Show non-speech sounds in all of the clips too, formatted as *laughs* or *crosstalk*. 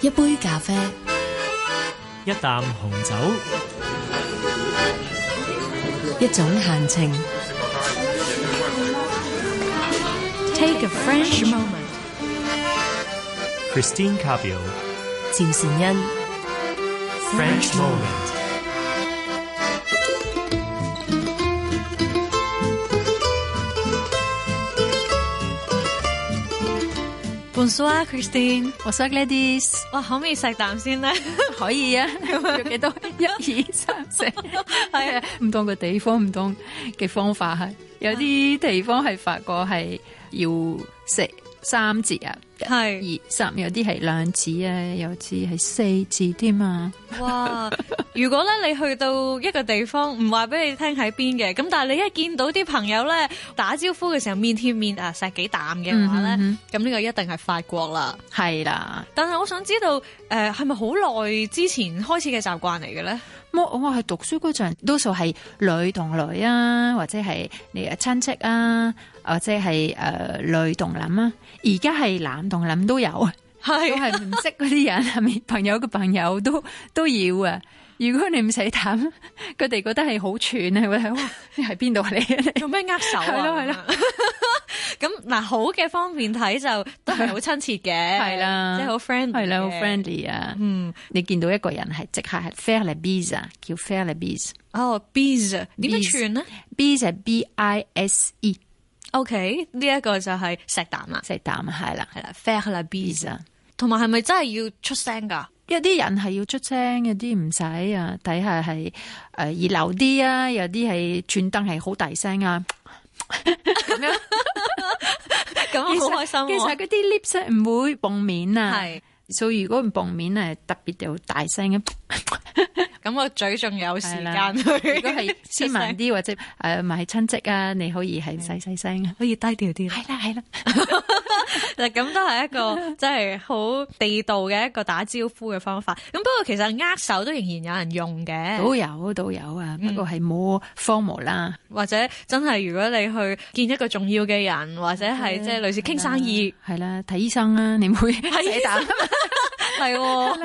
一杯咖啡，一啖紅酒，一種閒情。 Take a French moment. Christine Cabio 趙善恩 French Moment。 Bonsoir, Christine。我 s Gladys，哇，可唔可以食啖先咧？可 *laughs* 以啊，有幾多？一二三四，係啊，唔同嘅地方，唔同嘅方法係，有啲地方係法國係要食三字啊，係二三，有啲係兩字啊，有啲係四字添啊嘛。哇，如果咧你去到一個地方，唔話俾你聽喺邊嘅，咁但係你一見到啲朋友咧打招呼嘅時候面貼面啊，錫幾啖嘅話咧，咁呢、嗯個一定係法國啦。係啦，但係我想知道，誒係咪好耐之前開始嘅習慣嚟嘅咧？我我係讀書嗰陣，多數係女同女啊，或者係你嘅親戚啊，或者係誒、呃女同男啊。而家係男同男都有啊， *laughs* 都係係唔識嗰啲人，係咪朋友嘅朋友都都要啊？如果你唔使淡， *laughs* 佢哋覺得係好串啊，會係 *laughs* 哇，你係邊度嚟啊？ *laughs* 做咩握手啊？係咯係咯咁樣。咁 *laughs* 嗱，好嘅方面睇就都係好親切嘅， *laughs* 係啦即係好 friend，你係啦，好 friendly 啊！嗯，你見到一個人係即刻係 fair l b i s 啊，叫 fair l b i s 哦，bees 點樣 Bees 串咧 b i s 係 b i s e， ？OK，呢一個就係石蛋啦，即係淡啊係啦係啦，fair 啦 b i bees， s 啊。同埋係咪真係要出聲㗎？有啲人係要出聲，有啲唔使啊，睇下係誒熱流啲啊，有啲係轉燈係好大聲啊， *laughs* 咁我好開心其實喎，嗰啲 lips 呢唔會碰面啊，係所以如果唔碰面啊，特別就大聲嘅。 *laughs* 咁個嘴仲有時係啦間去，如果係斯 *laughs* 文啲或者誒唔係親戚啊，你可以係細細聲啊。可以低調啲啦。係啦係啦，嗱，咁都係一 *laughs* 個真係好地道嘅一個打招呼嘅方法。咁不過其實握手都仍然有人用嘅， *laughs* 都有都有啊，嗯不過係冇 formal 啦。或者真係如果你去見一個重要嘅人，或者係即係類似傾生意，係啦，睇醫生啊，你唔會 *laughs* *laughs* 睇打係喎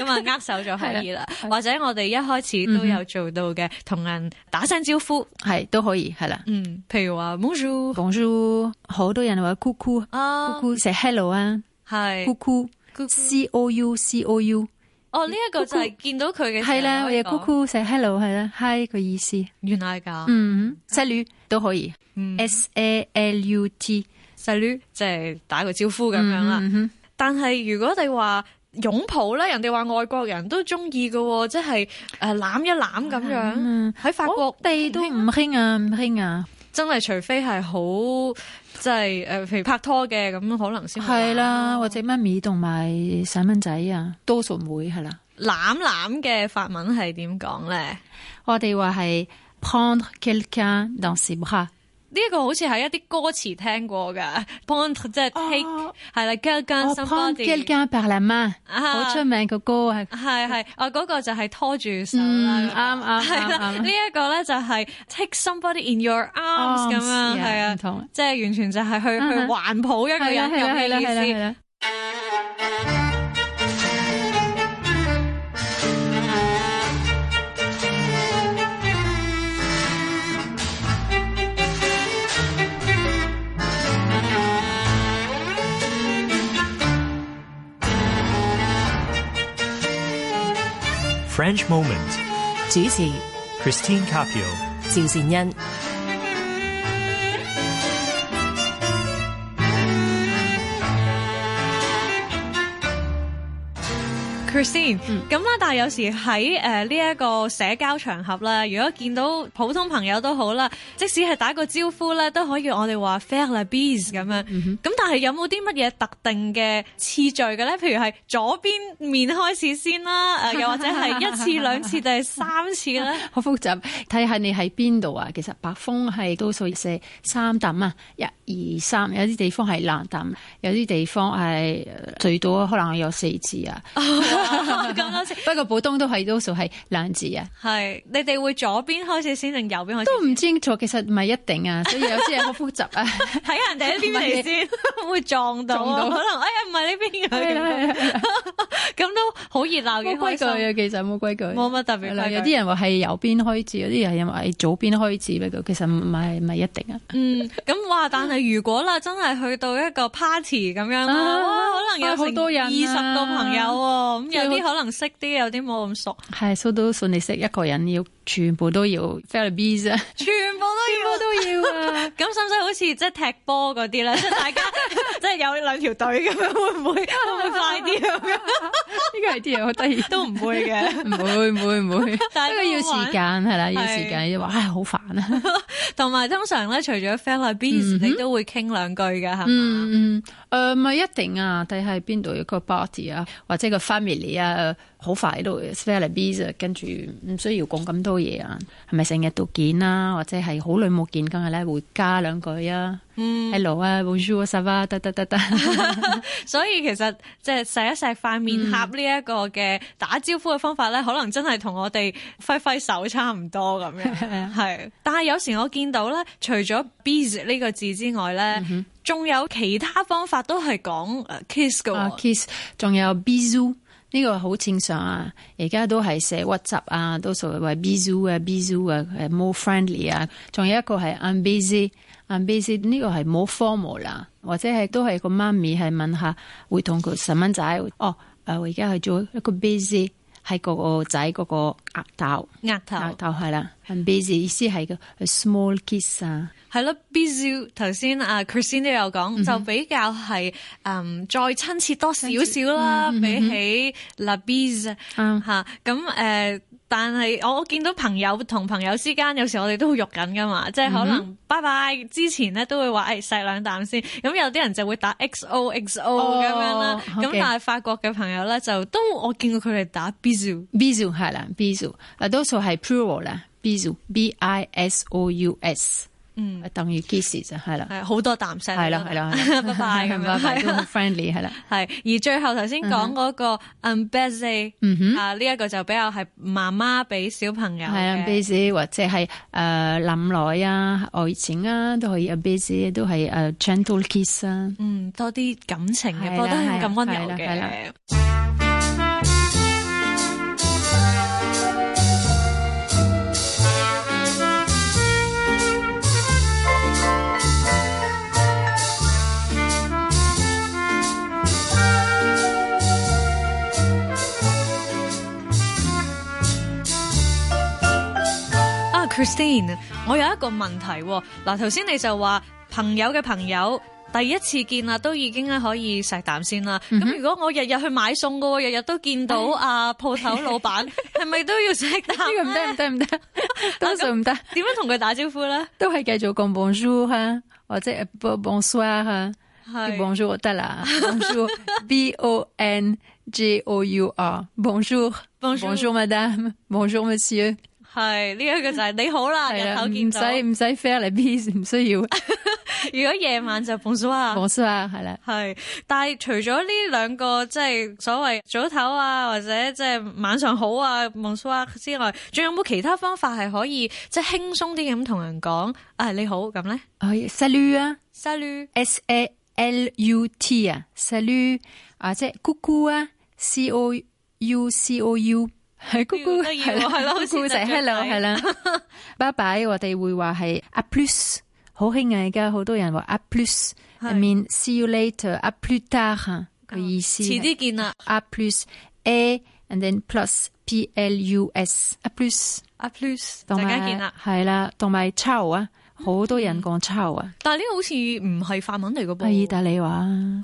咁啊握手就可以啦。或者我哋一開始都有做到嘅，同人打聲招呼，係都可以係啦。嗯，譬如話 Bonjour 講咗好多人話姑姑。啊姑，姑寫 hello 啊，姑係姑 C O U C O U 哦，呢一個就係見到佢嘅時候係啦，我可以哋講姑姑寫 hello 係啦，hi 個意思，原來係㗎，嗯嗯，salut 都可以，S Mm-hmm. A L U T 細女即係打個招呼咁樣啦。嗯但係如果你話擁抱咧，人哋話外國人都中意嘅喎，即係誒攬一攬咁哼樣。嗯，喺法國我哋都唔興啊，唔興啊，真係除非係好即係誒，譬如拍拖嘅咁，可能先會係啦，或者媽咪同埋細蚊仔啊，多數唔會係啦，攬攬嘅法文係點講咧？我哋話係 prendre quelqu'un dans ses bras，呢一個好似喺一啲歌詞聽過㗎 *laughs* p o i n t 即係 take 哦係啦 g i r l g i r l Oh， ，prendre Ah。 somebody quelqu'un par la main，啊好出名個歌係，係係，我嗰個就係拖住手啦。嗯，啱啱係啱啦，啱呢。 *laughs* 一個咧就係 take somebody in your arms 咁樣， Arms，係 yeah，啊唔，同，即係完全就係去嗯去嗯環抱一個係啦人係啦係咁啦係啦啊嘅意係思。啦。 French Moment。主持 Christine Capio。趙善恩。 Christine，咁嗯啦，但係有時喺誒呢一個社交場合啦，如果見到普通朋友都好啦，即使係打個招呼咧，都可以我哋話 fair la bise 咁樣。嗯咁但係有冇啲乜嘢特定嘅次序嘅咧？譬如係左邊面開始先啦，呃誒又或者係一次、兩次定係三次咧？ *laughs* 好複雜，睇下你喺邊度啊！其實白風係多數寫三啖啊，一二三，有啲地方係兩啖，有啲地方係呃最多可能有四字啊。咁多次不過普通都係都數係冷字啊，係你哋會左邊開始先定右邊開始？都唔清楚，其實唔係一定 *laughs* 啊，所以有啲嘢好複雜 *laughs* 啊。睇人哋喺邊嚟先，會撞到啊，撞到可能哎呀唔係呢邊係啦嘅，係啊啦 *laughs* 咁都好熱鬧冇嘅規開矩心，啊，其實冇規矩。冇乜特別係啦規矩有啲人話係右邊開始，有啲人話係左邊開始呢個，其實唔係唔係一定啊。嗯，咁哇！但係如果啦，真係去到一個 party 咁樣啦，啊哇，可能有啊好多人啊二十個朋友喎，咁有啲最好可能識啲，有啲冇咁熟， *laughs* 係蘇都信你識一個人要全部都要 f a i r b e s 啊，全部都都要啊。要。咁使唔使好似即係踢波嗰啲咧？即係大 *laughs* 家即係有兩條隊咁樣，會唔會會唔會快啲咁樣？ *laughs* 呢個 idea 好 *laughs* 得意，都唔會嘅。唔會唔會唔 *laughs* 會，不但係過要都好玩時間係啦，要時間。又話唉好煩啊， *laughs* *laughs* 同埋通常咧，除咗 f e l l a b e s 你都會傾兩句嘅，係嘛？嗯嗯，誒唔係一定啊，睇下邊度有個 party 啊，或者個 family 啊，好快都 s p e l l b i s 啊，跟住唔需要講咁多嘢啊，係咪成日都見啦，或者係好耐冇見，梗係咧會加兩句啊，hello 嗯啊，bonjour 啊，ça 啊，得得得得，所以其實即係錫一錫塊面頰呢一個嘅打招呼嘅方法咧，可能真係同我哋揮揮手差唔多咁 *laughs* 樣。係，但係有時我見到咧，除咗 bees 呢個字之外嗯咧，仲有其他方法都係講呃 kiss 嘅啊喎。 kiss，仲有 bisou。呢個好正常啊！而家都係寫 WhatsApp 啊，多數話 bisou 啊、bisou 啊、誒 more friendly 啊，仲有一個係 I'm busy、I'm busy 呢個係 more formal 啦，或者係都係個媽咪係問下，會同佢細蚊仔哦，誒我而家去做一個 busy 係個個仔嗰個額頭額額頭頭係啦，I'm busy 意思係個呃 small kiss 啊，係咯 b e s u 頭先啊 Christine 都有嗯講，就比較係嗯再親切多少少啦，比嗯起 la b e s 啱吓咁誒，但係我我見到朋友同朋友之間，有時我哋都會肉緊噶嘛，即係嗯可能拜拜之前咧都會話誒錫兩啖先，咁有啲人就會打 XO XO 哦咁樣啦，咁 OK 但係法國嘅朋友咧就都我見過佢哋打 b i s u Bisou 係啦，Bisou 啊，多數係 plural 啦，Bisou，B I S O U S，嗯，等於 kisses 啊係啦，係呃好多啖錫，係啦係啦，係 *laughs* 啦拜拜咁樣 *laughs* 拜拜係 *laughs* 都好啊。 friendly 係啦，係，而最後頭先嗯講嗰個 un b e z e 啊呢一個就比較係媽媽俾小朋友係啊嘅 busy 或者係誒冧女啊、愛情啊都可以啊 busy 都係誒 gentle *laughs* kiss 啊，嗯，多啲感情嘅，係啦不過都係咁温柔係啦係嘅啦。啊，Christine，我有一個問題喎。嗱，頭先你就話朋友嘅朋友第一次見啦，都已經咧可以錫啖先啦。嗯咁、如果我日日去買餸嘅喎，日日都見到啊鋪頭老 *laughs* 闆，係咪都要錫啖哎呢個唔得咧？唔得 *laughs* 唔得，多數唔得，點樣同佢打招呼咧？都係繼續講 bonjour 啊，或者 bonsoir 啊。係 bonjour 得啦，bonjour b o n j o u r bonjour Bonjour bonjour madame bonjour monsieur 係呢一個就係你好啦，係日啦，頭唔見到。使唔使 fair 嚟 peace 唔需要 *laughs* 如果夜晚就 b o n s o i bonsoir 係啦，係，但係除咗呢兩個即係所謂早唞啊，或者即係晚上好啊、夢蘇啊之外，仲有冇其他方法係可以即係輕鬆啲咁同人講啊你好咁咧可以 Oh, salut hein. 啊 Salut s a l u t 啊 salut 啊即係 cuckoo 啊 c o u c o u 係 cuckoo 哎得意喎係啦係咯好似 cuckoo 就隻係雀 hello 仔係啦 bye bye 我哋會話係 a plus 好興啊而家好多人話 a plus I 係 mean see you later a plus tard 啊個意思係遲啲啊見啦 a plus a and then plus p l u s a plus。啊 Plus 同陣間埋見啦。係啦，同埋抄啊，好多人講抄啊，但係呢個好似唔係法文嚟嘅係意噃。大利話，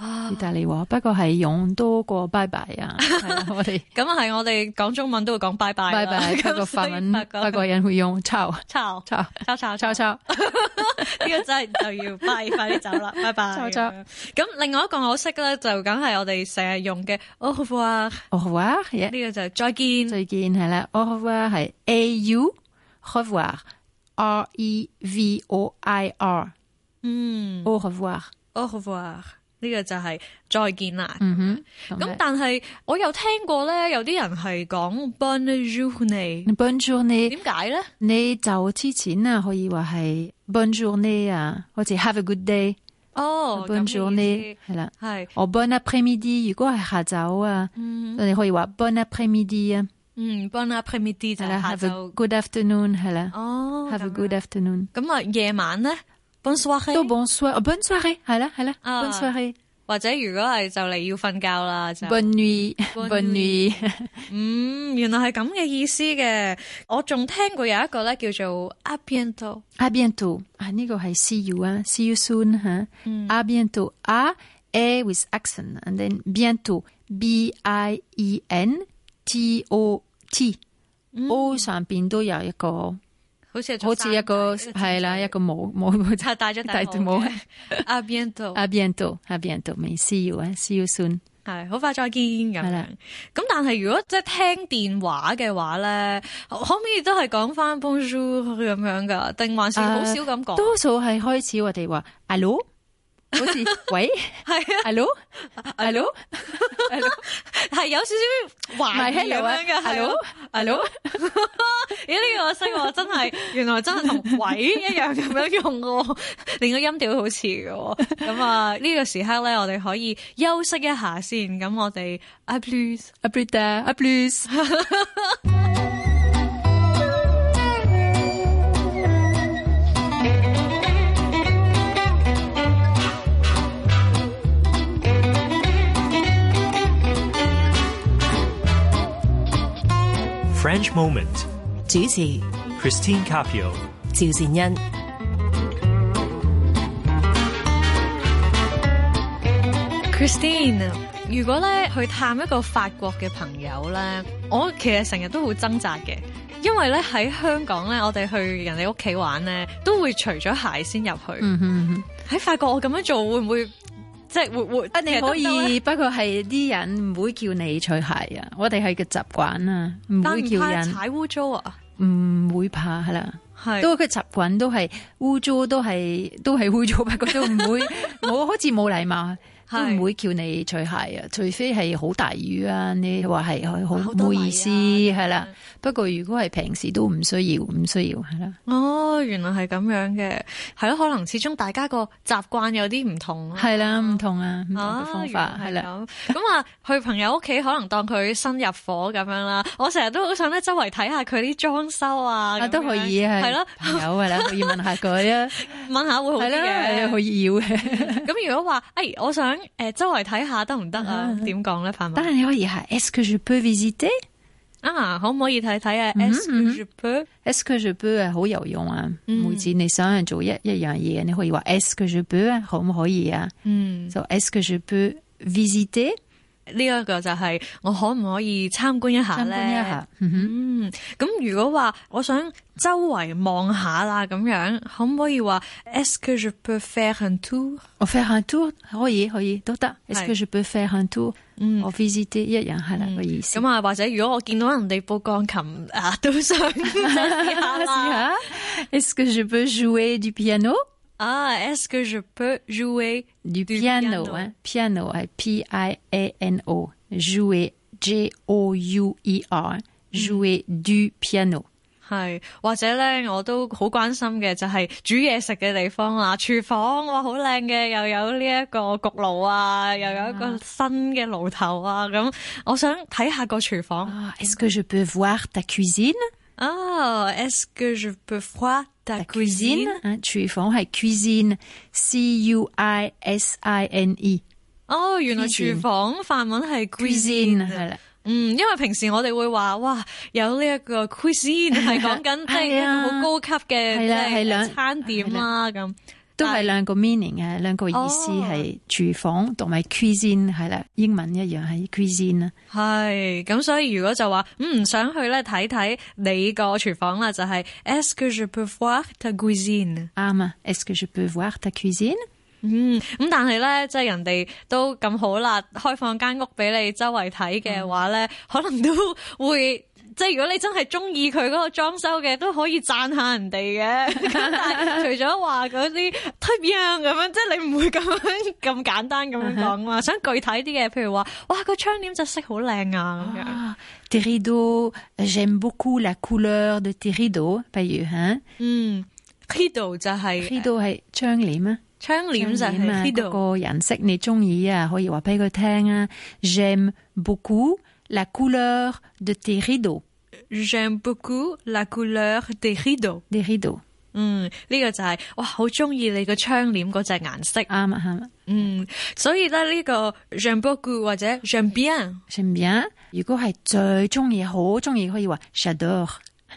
啊意大利話，不過係用多過拜拜 *laughs* 啊，係啦我哋咁啊係，我哋講中文都會講拜拜拜啦。 *laughs* 拜，不過法文法國人會用抄抄抄抄啊抄抄抄， *laughs* 呢個真係就要快快啲走 *laughs* 啦，拜拜。走走咁另外一個我識咧，就梗係我哋成日用嘅 au revoir， au revoir，yeah，呢個就係再見。最見係啦，au revoir 係 a u revoir，r e v o i r，嗯 au revoir。 au revoir，呢個就係再見啦。嗯哼，咁但係我有聽過咧，有啲人係講 bonne journée，但 Bonjour 你點解咧？你就之前啊，可以話係 Bonjour 你啊，好似 Have a good day 哦 Bonjour 你係啦。係，我 Bon après-midi，如果係下晝啊，嗯你可以話 Bon après-midi 啊，嗯，bon après-midi 就係係啦下，Have a 晝。 good afternoon 係啦哦，Have a 咁 good 樣 afternoon。咁啊，夜晚咧，bon soirée，都 Bon soir，Bon soirée 係啦係啦啊，Bon soirée，Bon 或者如果係就嚟要瞓覺啦，就 nuit，Bon nuit。 *laughs* 嗯，原來係咁嘅意思嘅。我仲聽過有一個咧叫做 a b i e n t o À bientôt 啊，呢個係 see you 啊，see you soon 吓。À bientôt A A with accent and then bientôt B I E N T O T O 上邊都有一個，好似係做好似一個生仔係啦，一個冇冇 *laughs* 係戴咗大戴帽住帽 *laughs* 啊嘅 a b i e n t o À bientôt À bientôt 咪 see you 啊，see you soon 係好快再見咁係樣啦。咁但係如果即係聽電話嘅話咧，可唔可以都係講翻 bonjour 咁樣噶？定還是好少咁 *laughs* 講？多數係開始我哋話 hello，好似 *laughs* 喂係啊， hello hello 係有少少唔懷係疑咁 hello 啊樣嘅。係咯，hello hello 咦？呢個我識喎，真 *laughs* 係原來真係同位一樣咁樣用 *laughs* 喎，連個音調好似嘅喎。咁啊，呢個時刻咧，我哋可以休息一下先。咁我哋哎 a plus。 à plus tard à plus。 *laughs* French Moment. 主持 Christine Capio. 趙善恩。 Christine，如果咧去探一個法國嘅朋友咧，我其實成日都好掙扎嘅，因為咧喺香港咧，我哋去人哋屋企玩咧，都會除咗鞋先入去。喺、嗯哼。法國我咁樣做會唔會即係會會？啊，你其實得唔可得咧以，不過係啲人唔會叫你除鞋啊，我哋係嘅習慣啊，唔但會唔叫怕人，踩污糟啊？唔會怕係啦。係都佢習慣都係污糟，都係都係污糟，不過都唔 *laughs* 會，我好似冇禮貌，都係唔會叫你除鞋啊，除非係好大雨啊，你話係好好唔多好泥啊意思咁係啦樣。不過如果係平時都唔需要，唔需要係啦。哦，原來係咁樣嘅，係咯，可能始終大家個習慣有啲唔同咯。係啦，唔同啊，唔同嘅方法係原來啦。係咁。咁啊，去朋友屋企可能當佢新入伙咁樣啦。我成日都好想咧，周圍睇下佢啲裝修啊，啊咁都可以樣係係咯，朋友係啦，可以問下佢啊，問下會 *laughs* 好啲係啦，係啊可嘅。以 *laughs* 要嘅。咁如果話，誒，我想誒周圍睇下得唔得 *laughs* 啊啊？點講咧，范文當然你可以係 Est-ce que je peux visiter？Est-ce 啊，可唔可以睇睇啊嗯 s u p que je peux euh, 係好有用啊！嗯每次你想去做一一樣嘢，你可以話 Est-ce que je peux hein? 啊，可唔可以啊？嗯，就 Est-ce que je peux visiter？呢一個就係我可唔可以參觀一下參咧？觀一下，嗯哼嗯，咁如果話我想周圍望下啦，咁樣可唔可以話 Est-ce que je peux faire un tour？我 faire un tour 可以可以都得。Est-ce que je peux faire un tour？嗯我 visiter 一樣係啦個意思咁。啊，或者如果我見到人哋報鋼琴啊，都想 *laughs* 想試下試啦。下，Est-ce que je peux jouer du piano？Du 啊，Est-ce que je peux jouer？ piano 啊，piano 係 P I A N O，jouer J O U E R，jouer du piano。係，或者咧，我都好關心嘅就係煮嘢食嘅地方啦，廚房哇好靚嘅，又有呢一個焗爐啊，又有一個新嘅爐頭啊，咁我想睇下個廚房。 Ah, Est-ce que je peux voir ta cuisine? Oh, est-ce que je peux voir ta cuisine？ hein, 廚房係 cuisine, c u i s i n e 哦，原來 Cuisine 廚房法文係 cuisine cuisine 係啦，嗯，因為平時我哋會話哇，有呢一個 cuisine *laughs* 係講緊即係一係啊個好高級嘅係啦即係係兩餐點啦咁。都 Ah. 係兩個 meaning hein. 嘅，兩個意思哦係廚房同埋 cuisine 係啦，英文一樣係 cuisine 啊。係咁，所以如果就話嗯想去咧睇睇你個廚房啦，就係 est-ce que je peux voir ta cuisine？啱啊，Est-ce que je peux voir ta cuisine？嗯，咁但係咧，即係人哋都咁好啦，開放間屋俾你周圍睇嘅話咧，可能都會即係如果你真係中意佢嗰個裝修嘅，都可以讚下人哋嘅。咁但係除咗話嗰啲 type 樣咁樣，即係你唔會咁樣 *laughs* 咁簡單咁樣講嘛。想具體啲嘅，譬如話，哇個窗簾隻色好靚啊咁樣。啊 Tes rideaux, j'aime beaucoup la couleur de tes rideaux，譬如吓，嗯，rideau 就係 rideau 係窗簾啊。窗簾就點啊係嗰 rideau。個人識你中意啊，可以話俾佢聽啊。J'aime beaucoup la couleur de tes rideaux。 J'aime beaucoup la couleur des rideaux。啲 rideau 嗯，呢、個就係哇，好中意你個窗簾嗰隻顏色。啱啊啱啊。嗯，所以咧呢、個 j'aime beaucoup 或者 j'aime bien， J'aime bien。如果係最中意，好中意，可以話 j'adore，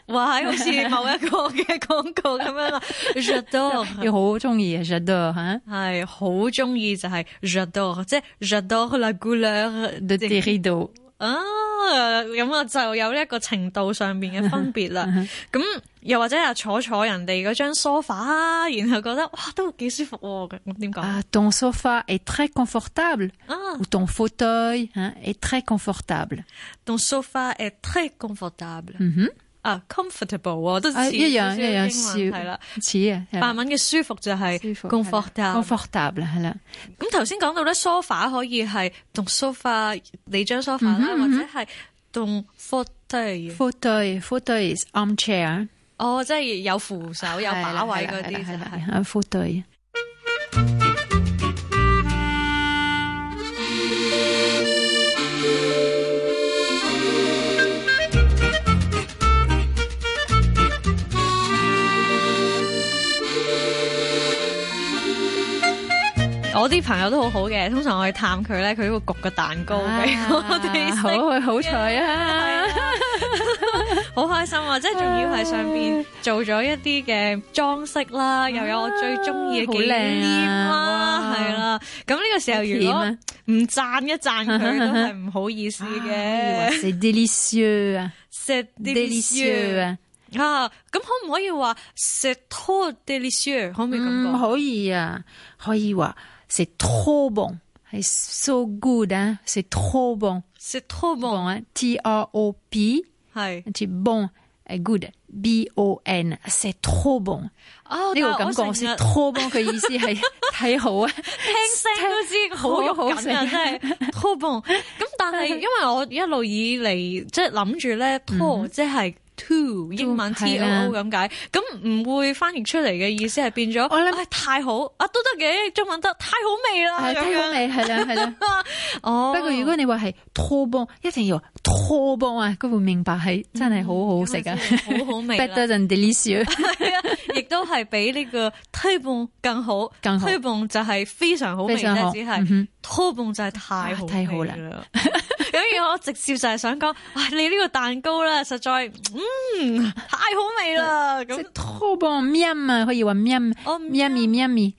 哇，好似某一個嘅廣告咁 *laughs* 樣啦，j'adore。要好中意啊 j'adore 吓。係好中意就係 j'adore，即係 j'adore la couleur De tes rideaux。啊，咁啊就有呢一個程度上面嘅分別 *laughs* 啦。嗯咁又或者啊坐坐人哋嗰張 sofa 啊，然後覺得哇都幾舒服喎，咁點講啊？啊，ton sofa est très confortable。ou ton fauteuil hein, est très confortable。 ton sofa est très confortable，嗯哼，啊 comfortable 喎都啊似一樣一樣係啦笑。，似啊，係啦法文嘅舒服就係舒服 confortable。 confortable 係啦。咁頭先講到咧，sofa 可以係同 sofa 你張 sofa 啦，或者係同 f o t t e fauteuil fauteuil is armchair。哦，即係有扶手有把位嗰啲就係。 Un fauteuil. 我啲朋友都好好嘅，通常我去探佢咧，佢都會焗個蛋糕俾我哋食，好好彩啊！ *laughs* 好開心啊！即係仲要係上邊做咗一啲嘅裝飾啦，又有我最中意嘅好紀靚啊念啦，哇啊係啦。咁呢個時候如果甜唔讚一讚佢，都係唔好意思嘅。 C'est délicieux 啊 C'est ，délicieux délicieux 啊，啊！咁可唔可以話 c'est trop délicieux？可唔可以咁嗯，講？可以啊，可以話 euh, c'est trop bon，係 so good 啊，c'est trop bon。 c'est trop bon bon hein. 啊，T R O P，係即 bon 誒 good，B O N，c'est trop bon。啊！呢個但感係覺我成日 c'est trop bon 嘅意思 *laughs* 係睇好啊，聽聲都知好好肉好食緊啊！真係拖棒。咁但係因為我一路以嚟即係諗住咧拖即係 two 英文 T O 嗯係啦啊 O 咁解，咁唔會翻譯出嚟嘅意思係變咗，我諗唉太好啊都得嘅，中文得太好味啦係咁睇好樣。味係啦係啦。哦，不過如果你話係拖邦，一定要話拖邦啊，佢會明白係真係好好食咁啊就真係好好 *laughs* 味啦，better than *laughs* delicious。係啊， *laughs* 亦都係比呢個推泵更好，更好推泵就係非常好味非常好啫，只嗯係哼拖泵就係太好啊太好味啦啦。咁而我直接就係想講，哇！你呢個蛋糕咧，實在嗯太好味啦。即咁係拖邦 yum 啊，可以話 yum 哦 yummy yummy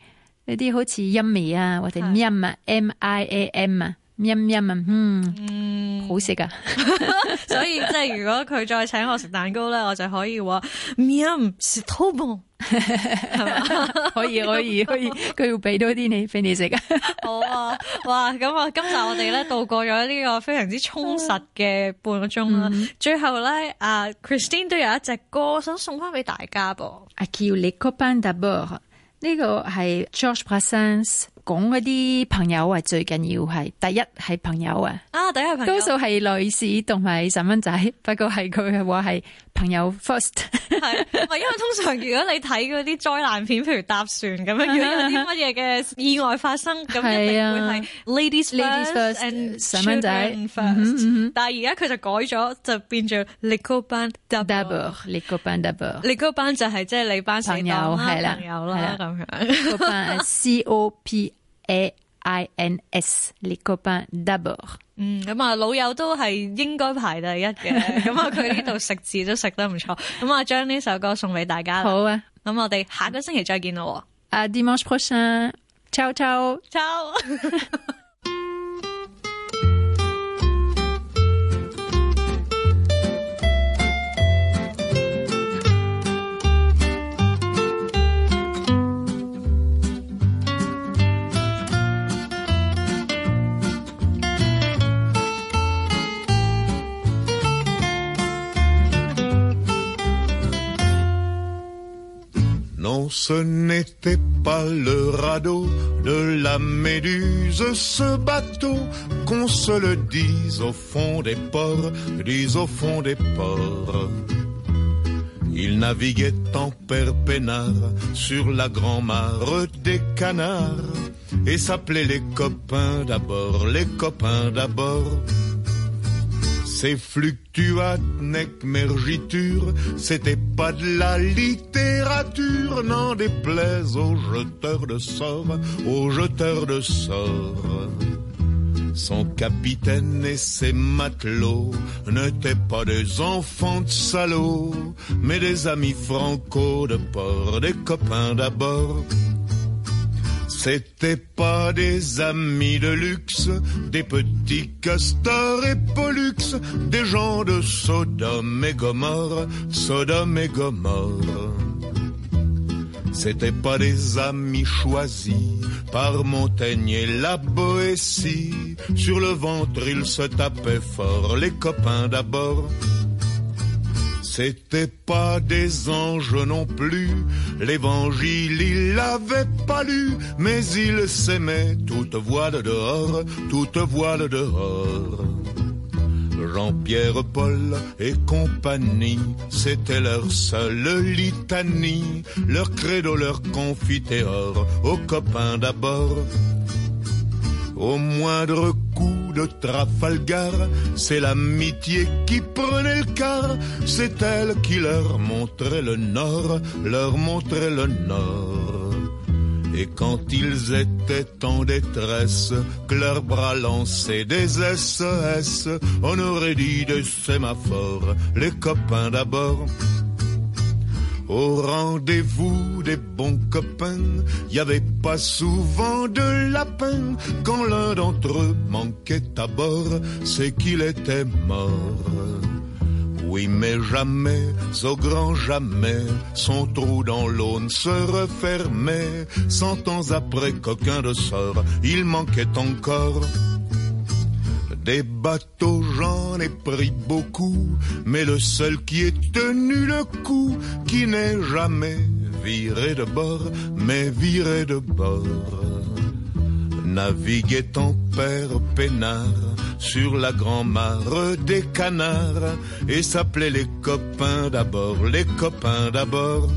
嗰啲好似 yummy à, 啊，或者係 yum 啊 m i a m à. 啊 yum yum 啊，嗯，嗯，好食 *laughs* 啊， *laughs* 所以即係如果佢再請我食蛋糕咧，我就可以話 Miam 是拖泵。可以可以可以，佢要俾多啲你俾你食 *laughs* 啊。 *laughs* 好啊，哇！咁啊，今集我哋咧度過咗呢個非常之充實嘅半個鐘啦。最後咧，啊 Christine 都有一隻歌想送翻俾大家噃。啊叫你 À, copain d'abord，呢個係 George Brassens 講嗰啲朋友啊，最緊要係第一係朋友啊。啊，第一個朋多友數係女士同埋細蚊仔，不過係佢話係朋友 first。 *laughs* 係，唔係因為通常如果你睇嗰啲災難片，譬如搭船咁樣，如 *laughs* 果有啲乜嘢嘅意外發生，咁一定會係啊 ladies Ladies first first， and Mm-hmm, 細蚊仔 children 嗯 first。但係而家佢就改咗，就變做 l i c o b a n double。 D'abord, les copains d'abord. l i c o b a n 就係即係你班死黨啦朋友係啦朋友啦係咁樣。 Copains, C-O-P-A-I-N-S, les copains d'abord. 嗯，咁啊，老友都係應該排第一嘅，咁啊，佢呢度食字都食得唔錯，咁啊，將呢首歌送俾大家啦。好啊，咁我哋下個星期再見咯 à dimanche prochain. Ciao, ciao. 喎，Ciao。 「 Non, ce n'était pas le radeau de la méduse, ce bateau, qu'on se le dise au fond des ports, dise au fond des ports. Il naviguait en perpénard sur la grand-mare des canards et s'appelait les copains d'abord, les copains d'abord. Ces fluctuates nec mergiture, c'était pas de la littérature, n'en déplaise aux jeteurs de sorts, aux jeteurs de sorts. Son capitaine et ses matelots n'étaient pas des enfants de salauds, mais des amis franco de port, des copains d'abord. C'était pas des amis de luxe, des petits castors et pollux, des gens de Sodome et Gomorre, Sodome et Gomorre. C'était pas des amis choisis par Montaigne et la Boétie. Sur le ventre, ils se tapaient fort, les copains d'abord. C'était pas des anges non plus, l'évangile il l'avait pas lu, mais il s'aimait toute voile dehors, toute voile dehors. Jean-Pierre Paul et compagnie, c'était leur seule litanie, leur credo, leur confiteor, aux copains d'abord. Au moindre coup de Trafalgar, c'est l'amitié qui prenait le quart, c'est elle qui leur montrait le nord, leur montrait le nord. Et quand ils étaient en détresse, que leurs bras lançaient des SES, on aurait dit des sémaphores, les copains d'abord. Au rendez-vous des bons copains, y avait pas souvent de lapin. Quand l'un d'entre eux manquait à bord, c'est qu'il était mort. Oui, mais jamais, au grand jamais, son trou dans l'aune se refermait. Cent ans après qu'aucun de sort, il manquait encore. Des bateaux, j'en ai pris beaucoup, mais le seul qui ait tenu le coup, qui n'est jamais viré de bord, mais viré de bord. Naviguait en père peinard sur la grand-mare des canards et s'appelait les copains d'abord, les copains d'abord.